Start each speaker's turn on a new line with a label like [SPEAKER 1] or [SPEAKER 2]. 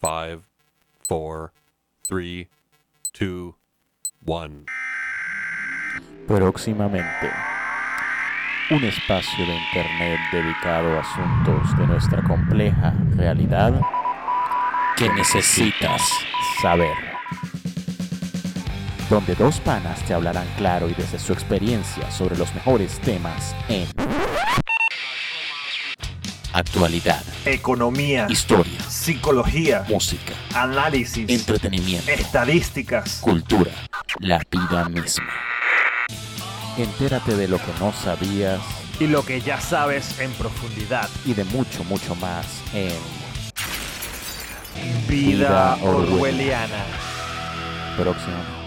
[SPEAKER 1] five, four, three, two, one.
[SPEAKER 2] Próximamente, un espacio de Internet dedicado a asuntos de nuestra compleja realidad que necesitas saber. Donde dos panas te hablarán claro y desde su experiencia sobre los mejores temas en actualidad,
[SPEAKER 3] economía,
[SPEAKER 2] historia,
[SPEAKER 3] psicología,
[SPEAKER 2] música,
[SPEAKER 3] análisis,
[SPEAKER 2] entretenimiento,
[SPEAKER 3] estadísticas.
[SPEAKER 2] cultura, la vida misma. Entérate de lo que no sabías
[SPEAKER 3] Y lo que ya sabes en profundidad.
[SPEAKER 2] y de mucho, mucho más en...
[SPEAKER 3] Vida
[SPEAKER 2] Vida
[SPEAKER 3] orwelliana.
[SPEAKER 2] Próximo.